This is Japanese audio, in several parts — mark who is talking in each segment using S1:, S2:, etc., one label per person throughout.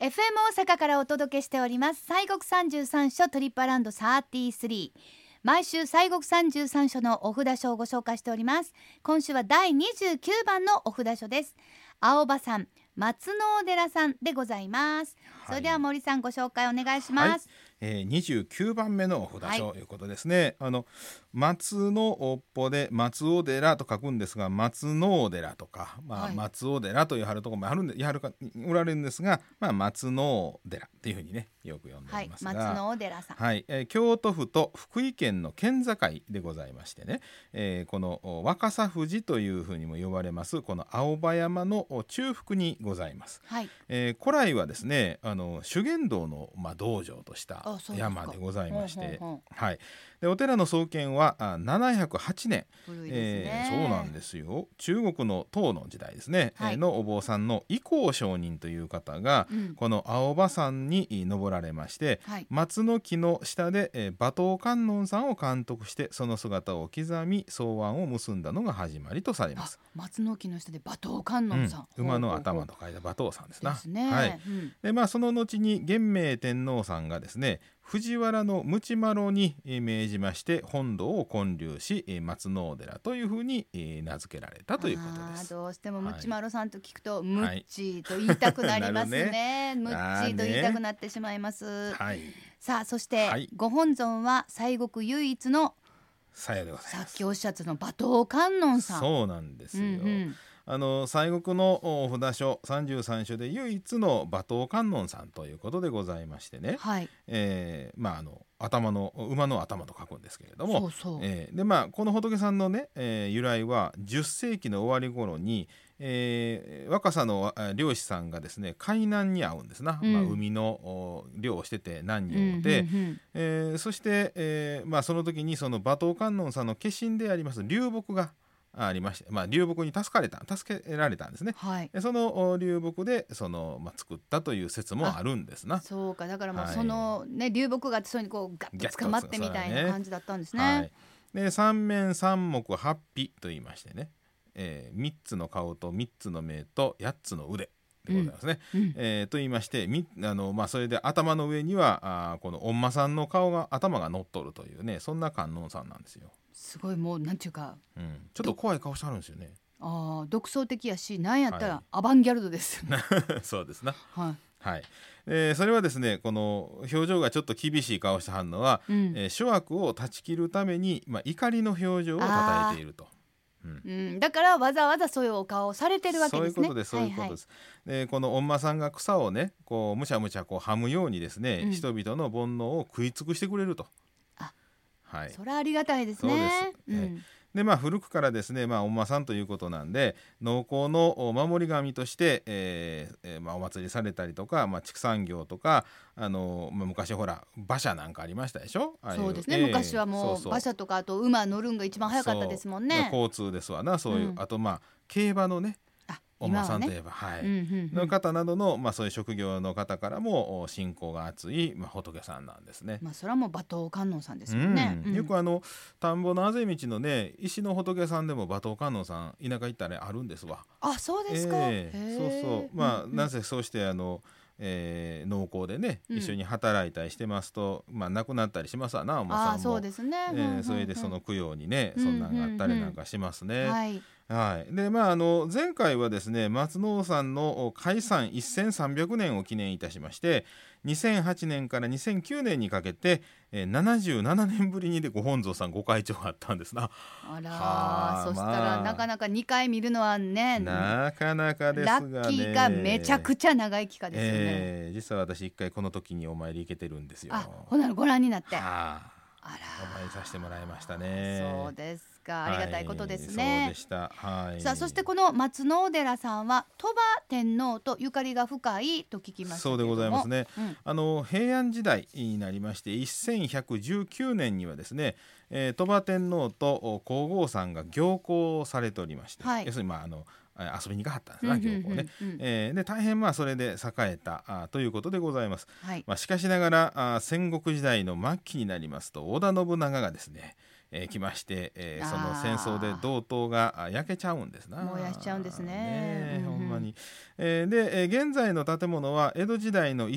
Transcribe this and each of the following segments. S1: FM 大阪からお届けしております西国三十三所トリップアラウンド33毎週西国三十三所のお札書をご紹介しております今週は第29番のお札書です青葉さん松野寺さんでございます、
S2: はい
S1: それでは森さんご紹介お願いします、
S2: えー、29番目のお札書ということですね、あの松の尾っぽで松尾寺と書くんですが松の尾寺とか、まあ
S1: はい
S2: 松尾寺というはるとこもあるんでやはるかおられるんですが、まあ、松の尾寺っていうふうにねよく読んでお
S1: はい
S2: りますが、
S1: 松野寺さん
S2: はい、えー京都府と福井県の県境でございましてね、えーこのお若狭富士というふうにも呼ばれますこの青葉山のお中腹にございます、
S1: はい
S2: えー古来はですねあの修験道の、まあ、道場とした
S1: あそうですか
S2: 山でございまし
S1: ほう
S2: て
S1: ほうほう
S2: はい、でお寺の創建はあ708年
S1: 古いですね、
S2: えーそうなんですよ中国の唐の時代ですね、
S1: はい
S2: えーのお坊さんの伊光上人という方が、
S1: うん
S2: この青葉山に登られまして、
S1: はい
S2: 松の木の下で、えー馬頭観音さんを監督してその姿を刻み草案を結んだのが始まりとされま
S1: あ
S2: す。
S1: 松の木の下で馬頭観音さん、
S2: うん馬の
S1: ほ
S2: 頭
S1: うほ
S2: と書いた馬頭さんです
S1: うほう
S2: な。
S1: ですね、
S2: はい
S1: うん
S2: でまあ、その後に元明天皇さんがですね藤原の鞭丸にえー命じまして本堂を建立しえー松の尾寺というふうにえー名付けられたということで
S1: あー
S2: す。
S1: どうしてもムッチ
S2: はい
S1: マロさんと聞くと、ム
S2: い
S1: ッチーと言いたくなります
S2: なる
S1: ね。ムッチーと言いたくなってしまいます。
S2: はい、
S1: さあそして、
S2: はい
S1: ご本尊は西国唯一の
S2: さようでござい
S1: さ
S2: ま
S1: っ
S2: す。
S1: きおっしゃってたの馬頭観音さん。
S2: そうなんです
S1: う
S2: よ。
S1: んうん、
S2: あの西国のお札所33所で唯一の馬頭観音さんということでございましてね、
S1: はい。
S2: えーまああの頭の馬の頭と書くんですけれども
S1: そうそう。
S2: えーでまあこの仏さんのね、えー由来は10世紀の終わり頃に、えー若さのあ漁師さんがですね海難に遭うんですな、
S1: うん
S2: まあ、海のお漁をしてて難に
S1: うん
S2: 遭って、
S1: うんうん
S2: えーそして、えーまあ、その時にその馬頭観音さんの化身であります流木がありまして、まあ、流木に助かれた助けられたんですね。
S1: はい。
S2: でそのお流木でその、まあ、作ったという説もあるんですな。
S1: そうかだからもう
S2: はい
S1: そのね、流木があってそうにこうガッ
S2: ギャッ
S1: と
S2: と
S1: 捕まってみたい
S2: そうだ
S1: な
S2: ね
S1: 感じだったんです
S2: は
S1: ね
S2: い。、で三面三目八臂と言いましてね、えー、3つの顔と3つの目と8つの腕でございますね。
S1: うん
S2: えーと言いましてみあの、まあ、それで頭の上にはあーこのおんまさんの顔が頭が乗っとるというねそんな観音さんなんですよ。
S1: すごいもうなんていうか。
S2: うん、ちょっと怖い顔してあるんですよね。
S1: あー独創的やしなんやった
S2: は
S1: ら
S2: い
S1: アバンギャルドですよね、
S2: そうですな。
S1: はい
S2: はい、えーそれはですねこの表情がちょっと厳しい顔してはんのは、
S1: うん
S2: えー諸悪を断ち切るために、まあ、怒りの表情を称えていると。
S1: うん、だからわざわざそういうお顔をされてるわけですね。
S2: そういうことです、そういうことです。で、このおんまさんが草をね、こうむしゃむしゃこうはむようにですね、
S1: うん
S2: 人々の煩悩を食い尽くしてくれると。
S1: あ
S2: は
S1: はいい。それはありがたいですね。
S2: そうです
S1: ん
S2: でまあ古くからですねまあおんまさんということなんで農耕のお守り神として、えーえーまあ、お祭りされたりとか、まあ、畜産業とかあの、まあ、昔ほら馬車なんかありましたでしょああい
S1: そうですね、
S2: ええ
S1: 昔はも
S2: そう
S1: う
S2: そう
S1: 馬車とかあと馬乗るんが一番早かったですもんね。
S2: そう交通ですわなそういう、
S1: うん
S2: あとまあ競馬のね
S1: あ
S2: おんまさんとい
S1: ね。
S2: えばはい、
S1: うんうんうん
S2: の方などの、まあ、そういう職業の方からもお信仰が厚い、まあ、仏さんなんですね。
S1: まあそれはもう馬頭観音さんですよね。
S2: うん
S1: うん
S2: よくあの田んぼのあぜ道のね石の仏さんでも馬頭観音さん田舎行ったらあるんですわ。
S1: あそうですか。
S2: ええ
S1: へえ
S2: そうそうまあ、
S1: んん
S2: なぜそうしてあの、えー農耕でね
S1: うん
S2: 一緒に働いたりしてますと、まあ亡くなったりしますわなおまさん
S1: あ
S2: も。
S1: あそうですね。
S2: え
S1: うんうんう
S2: ー
S1: ん
S2: それでその供養にね、そんなんがあったりなんかしますね。
S1: はい
S2: はい、でまああの前回はですね松野さんのお開山1300年を記念いたしまして2008年から2009年にかけて、えー、77年ぶりにでご本尊さんご会長があったんですな。
S1: あら
S2: はあ
S1: そしたら、
S2: まあ
S1: なかなか二回見るのはね
S2: なかなかですが
S1: ラ
S2: ね。
S1: ッキーかめちゃくちゃ長い期間ですよね。
S2: えー実は私一回この時にお参り行けてるんですよ。
S1: あほならご覧になって。あ
S2: はあ、
S1: ら
S2: お参りさせてもらいましたね。
S1: そうですか。ありがたいことです
S2: はい、
S1: ね。
S2: そうでした。はい。
S1: さあそしてこの松野寺さんは鳥羽天皇とゆかりが深いと聞きましたけ
S2: そう
S1: れ
S2: で
S1: ども
S2: ございますね。
S1: うん
S2: あの平安時代になりまして1119年にはですね、えー鳥羽天皇とお皇后さんが行幸をされておりまして、
S1: はい
S2: 要するにまああのあ遊びに行かはったんです
S1: うんうん
S2: な、行幸をね。
S1: うんうん
S2: えーで大変まあそれで栄えたあということでございます。
S1: はい
S2: まあ、しかしながらあ戦国時代の末期になりますと織田信長がですね、えー来まして、えー
S1: あー
S2: その戦争で道東があ焼けちゃうんですな
S1: 燃やしちゃうんですね
S2: え
S1: うんうん
S2: ほんまに、えーで、えー現在の建物は江戸時代の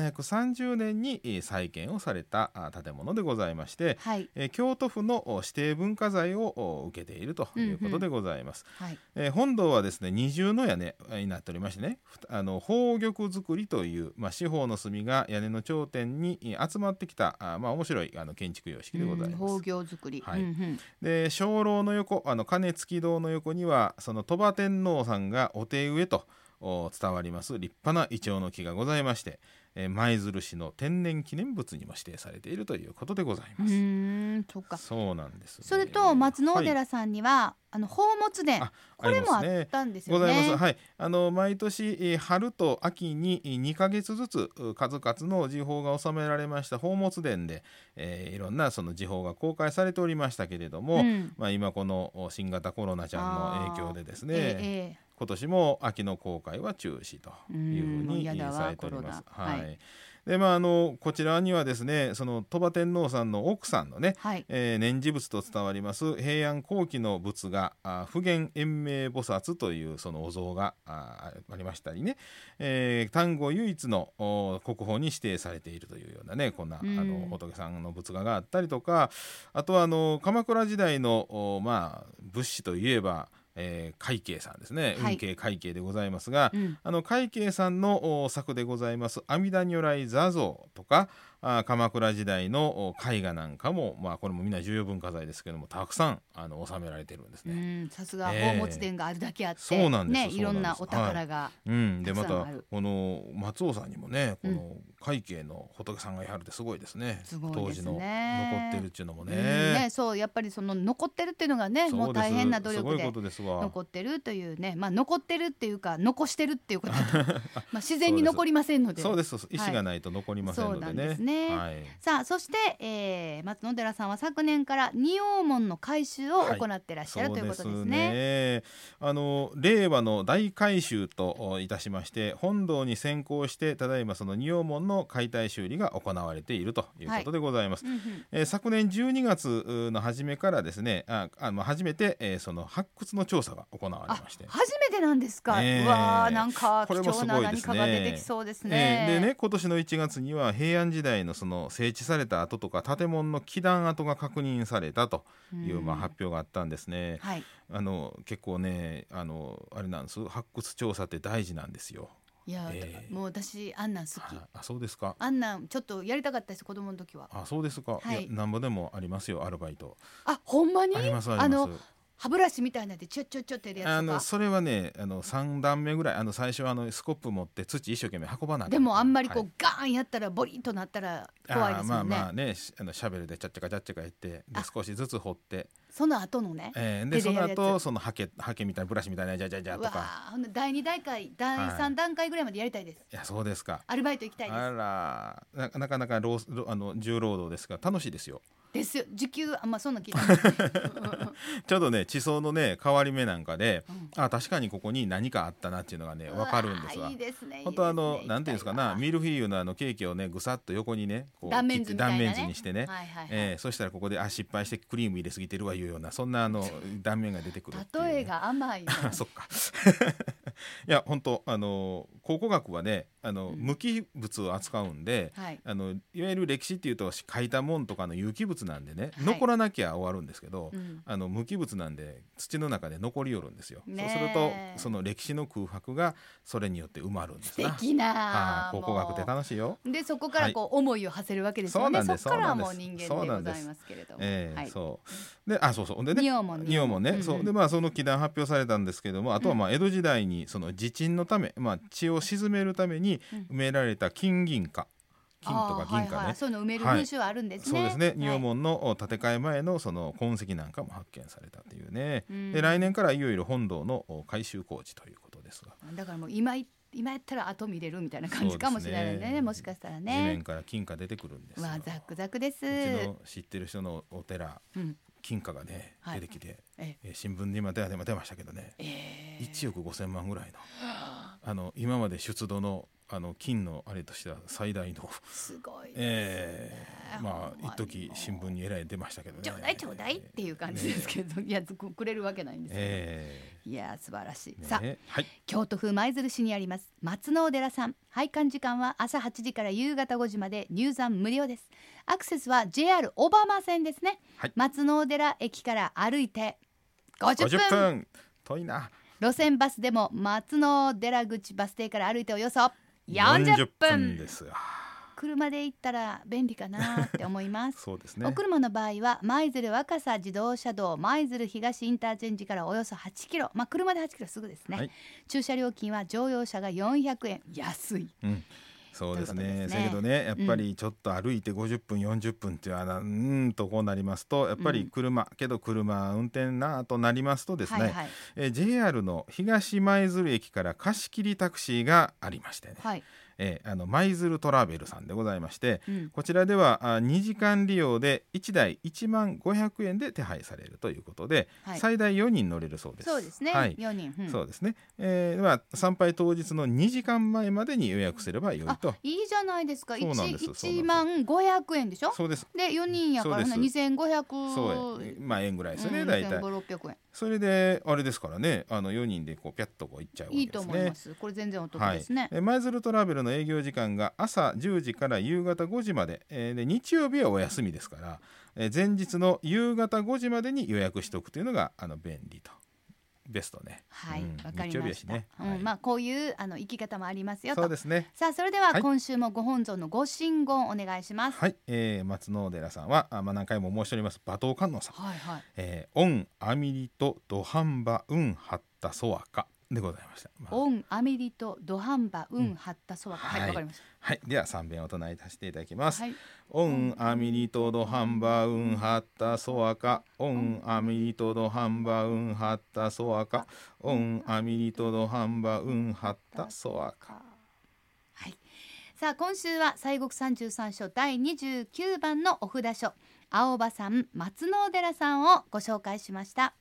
S2: 1730年にえー再建をされたあ建物でございまして、
S1: はい
S2: えー京都府のお指定文化財をお受けているということでございます。
S1: はい
S2: えー本堂はですね二重の屋根えーになっておりましてねふたあの宝玉造りという、まあ、四方の隅が屋根の頂点にえー集まってきたあ、まあ、面白いあの建築様式でござ
S1: う
S2: い
S1: ん
S2: ます。
S1: 宝業作り、
S2: はい
S1: うんうん
S2: で鐘楼の横あの鐘付き堂の横にはその鳥羽天皇さんがお手植えとお伝わります立派なイチョウの木がございましてえー舞鶴市の天然記念物にも指定されているということでございうます。
S1: ーんそっか
S2: そうなんです、ね、
S1: それと松野
S2: は
S1: お
S2: い
S1: 寺さんには、あの宝物殿
S2: あ
S1: これもあ
S2: ります
S1: っ
S2: ね
S1: たんですよ
S2: ご
S1: ね
S2: ざいます。はい、あの毎年えー春と秋にえー2ヶ月ずつう数々の時報が収められました宝物殿で、えーいろんなその時報が公開されておりましたけれども、
S1: うん
S2: まあ今このお新型コロナちゃんの影響でですね、
S1: えええ
S2: 今年も秋の公開は中止というふう
S1: うん
S2: に
S1: やだわ
S2: されております。
S1: コロナ
S2: は。
S1: はい
S2: でまああのこちらにはですね、その鳥羽天皇さんの奥さんのね
S1: え、はい
S2: えー念持仏と伝わります平安後期の仏があー普賢延命菩薩というそのお像があーありましたりね、えー丹後唯一のお国宝に指定されているというようなねこんなあ
S1: うん
S2: の仏さんの仏画があったりとかあとはあの鎌倉時代のおまあ仏師といえば、えー、海慶さんですね、
S1: はい
S2: 運慶海慶でございますが、
S1: うん
S2: あの海慶さんのお作でございます阿弥陀如来座像とかあ鎌倉時代のお絵画なんかも、まあ、これもみんな重要文化財ですけどもたくさんあの収められてるんです
S1: う
S2: ね。
S1: んさすが宝物殿があるだけあって、
S2: ええそうなんです
S1: ねいろんな
S2: そ
S1: お
S2: うなんで
S1: 宝
S2: す
S1: が、
S2: うんで
S1: た
S2: ま
S1: くさん
S2: た
S1: ある
S2: この松尾さんにもねこ
S1: うん
S2: の会計の仏さんがやはるってすごいですね,、
S1: すごい
S2: 当
S1: で
S2: 時
S1: す
S2: の
S1: ね
S2: 残ってるっていうのもね。
S1: うんねそうやっぱりその残ってるっていうのがね
S2: そうです
S1: もう大変な努
S2: すご
S1: 力
S2: いこ
S1: で
S2: とですわ
S1: 残ってるというねまあ残ってるっていうか残してるっていうことだと まあ自然に残りませんので
S2: そうですそうです石がないと残りませんの
S1: そうな
S2: で
S1: ん
S2: ね。
S1: ですね
S2: はい
S1: さあそして、えー、松野寺さんは昨年から仁王門の改修を
S2: はい
S1: 行ってらっしゃる、
S2: そう
S1: ということですね。
S2: ですねあの令和の大改修といたしまして本堂に先行してただいまその仁王門の解体修理が行われているということでございます。
S1: うんうん
S2: えー昨年12月の初めからですねああの初めて、えーその発掘の調査が行われ
S1: あ
S2: まして。
S1: 初めてなんですか、
S2: ねえ
S1: うわあなんか
S2: こ
S1: 貴
S2: れも
S1: 重
S2: す
S1: な
S2: ごいで
S1: 何
S2: すね
S1: かが出てきそうですね。
S2: えーでね今年の1月には平安時代のその整地された跡とか建物の基壇跡が確認されたという、
S1: うん
S2: まあ、発表があったんですね。
S1: はい、
S2: あの結構ねあのあれなんです発掘調査って大事なんですよ。
S1: いや、
S2: ええ
S1: もう私あんなん好き、
S2: ああそうですか。
S1: あんなんちょっとやりたかったです子供の時は。
S2: あそうです
S1: は
S2: か。
S1: い
S2: いや、なんぼでもありますよアルバイト。
S1: あほんまに
S2: ありますあ
S1: あ
S2: りま
S1: の
S2: す。
S1: 歯ブラシみたいなんでちょちょちょってやる
S2: あの
S1: やつと
S2: それはねあの三段目ぐらいあの最初はあのスコップ持って土一生懸命運ばな
S1: か
S2: い。
S1: でもあんまりこう、
S2: はい
S1: ガーンやったらボリッとなったら怖いですよ
S2: あー
S1: ね、
S2: まあまあねしあのシャベルでちゃっちゃかちゃっちゃかやってで
S1: あ
S2: 少しずつ掘って、
S1: その後のね
S2: えーで
S1: 手
S2: そ
S1: でや
S2: の
S1: るやつ
S2: 後そのハケハケみたいなブラシみたいなジャジャジャ
S1: う
S2: と
S1: わ
S2: か。
S1: あほんで第二段階第三段階ぐらいまでやりたいです、
S2: いやそうですか。
S1: アルバイト行きたいです
S2: あらななかなか労労あの重労働ですが楽しいですよ。
S1: ですよ時給あんまあそんなん聞いてない
S2: ちょうどね地層のね変わり目なんかで、
S1: うん
S2: あ確かにここに何かあったなっていうのがね わかるんです
S1: うわ
S2: わ
S1: いい。ですね
S2: 本当はあ
S1: いい
S2: の
S1: ですね
S2: なんていうんですかなミルフィーユのあのケーキをねぐさっと横にねこう
S1: 断面図みたいなね
S2: 切って断面図にして
S1: は
S2: ね、
S1: いはいはい
S2: えーそしたらここであ失敗してクリーム入れすぎてるわいうようなそんなあの断面が出てくるっていうね
S1: 例えが甘いな
S2: そっかいや本当あの考古学はねあの、
S1: うん
S2: 無機物を扱うんで
S1: はい
S2: あのいわゆる歴史っていうと書いたもんとかの有機物なんでね、
S1: はい
S2: 残らなきゃ終わるんですけど、
S1: うん
S2: あの無機物なんで土の中で残りよるんですよ。そう
S1: ね
S2: す
S1: え
S2: るとその歴史の空白がそれによって埋まるんで
S1: 素
S2: すな。
S1: 敵な
S2: あ考古学って楽しいよ。
S1: もうでそこからこう思いを馳せるわけですよね、
S2: はいそうなんです
S1: そこからはもう
S2: そう
S1: 人
S2: なん
S1: 間
S2: で
S1: ですございますけれども、
S2: ええ
S1: はい、
S2: そうであそうそうでね
S1: 仁王門
S2: 仁王門ね、
S1: うんうん
S2: そうでまあその祈願発表されたんですけどもあとはまあ江戸時代にその地鎮のため、まあ、血を鎮めるために
S1: うん
S2: 埋められた金銀貨金とか銀
S1: あーは
S2: 貨
S1: いは
S2: ね
S1: い、そういうの埋める風習はあるんですね、
S2: そうですね仁王
S1: はい
S2: 門のお建て替え前のその痕跡なんかも発見されたというね、
S1: うん
S2: で来年からいよいよ本堂のお改修工事ということですが、
S1: だからもう今い今やったら後見れるみたいな感じかもしれないね
S2: そうですね
S1: もしかしたら
S2: 地
S1: ね
S2: 面から金貨出てくるんですよ
S1: わあザクザクです
S2: うちの知ってる人のお寺
S1: うん
S2: 金貨がね
S1: はい
S2: 出てきて、
S1: え
S2: えー新聞に今出ま出ましたけどね
S1: えー
S2: 1億5千万ぐらいのあの今まで出土のあの金のあれとしては最大の、
S1: すごい、
S2: えーま
S1: ほん
S2: あ
S1: に
S2: 一時新聞にえらい出ましたけどね。
S1: ちょうだいちょうだいっていう感じですけど、いやくくれるわけないんですけど、
S2: え
S1: いや素晴らしい、
S2: ー
S1: さあ
S2: ねはい
S1: 京都府舞鶴市にあります松野寺さん拝観時間は朝8時から夕方5時まで入山無料ですアクセスは JR 小浜線ですね、
S2: はい
S1: 松野寺駅から歩いて50
S2: 50
S1: 分
S2: 分遠いな
S1: 路線バスでも松野寺口バス停から歩いておよそ40分
S2: 分ですよ
S1: 車で行ったら便利かなって思います
S2: そうです
S1: お
S2: ね
S1: 車の場合は舞鶴若狭自動車道舞鶴東インターチェンジからおよそ8キロまあ車で8キロすぐですね、
S2: はい
S1: 駐車料金は乗用車が400円安い
S2: うんそうです
S1: ということ
S2: ね
S1: ですね
S2: だけどねやっぱりちょっと歩いて50分40分っていうあのうーんとこうなりますとやっぱり車、けど車運転なあとなりますとですね、
S1: はいはい
S2: えー JR の東舞鶴駅から貸し切りタクシーがありましてね、
S1: はい、
S2: えーあの舞鶴トラベルさんでございまして
S1: うん、
S2: こちらではあ2時間利用で1台1万500円で手配されるということで、
S1: はい
S2: 最大4人乗れるそうです。
S1: そうですね、
S2: はい
S1: 4人、うん
S2: そうですね、えーまあ、参拝当日の2時間前までに予約すればよい
S1: あ
S2: と
S1: いいじゃないですか
S2: そうなんです
S1: 1,
S2: そうな
S1: 万500円でしょ
S2: そうです
S1: で4人やから
S2: そうです
S1: ほな2500
S2: そうえまあ円ぐらいですよね、
S1: うん
S2: 大体
S1: 2500円
S2: それであれですからねあの4人でこうピャッとこう行っちゃうわけですね
S1: いいと思いますこれ全然お得ですね、
S2: えー舞鶴トラベルの営業時間が朝10時から夕方5時まで,、えーで日曜日はお休みですから、えー前日の夕方5時までに予約しておくというのがあの便利とベストね
S1: はい、
S2: うん
S1: わかり
S2: 日曜日
S1: ま
S2: や
S1: し。
S2: したね
S1: うん、
S2: はい
S1: まあこういうあの生き方もありますよ
S2: そう
S1: と。
S2: ですね
S1: さあそれでは
S2: はい
S1: 今週もご本尊のご神言お願いします。
S2: はい、えー松野寺さんはあ、まあ、何回も申しております馬頭観音さん
S1: はいはい。
S2: 「えー、オンアミリとドハンバウンハッタソワカ」でございました、まあ
S1: オンアメリとドハンバウンハッタソワカ。
S2: うん
S1: はいわ、
S2: はい
S1: かりまし
S2: はい、では3遍お唱えさせていただきま
S1: た。
S2: す
S1: はい。
S2: オンアミリトドハンバウンハッタソワカオンアミリトドハンバウンハッタソワカオンアミリトドハンバウンハッタソワカ
S1: はい。さあ今週は西国三十三所第二十九番のお札書青葉さん松野寺さんをご紹介しました。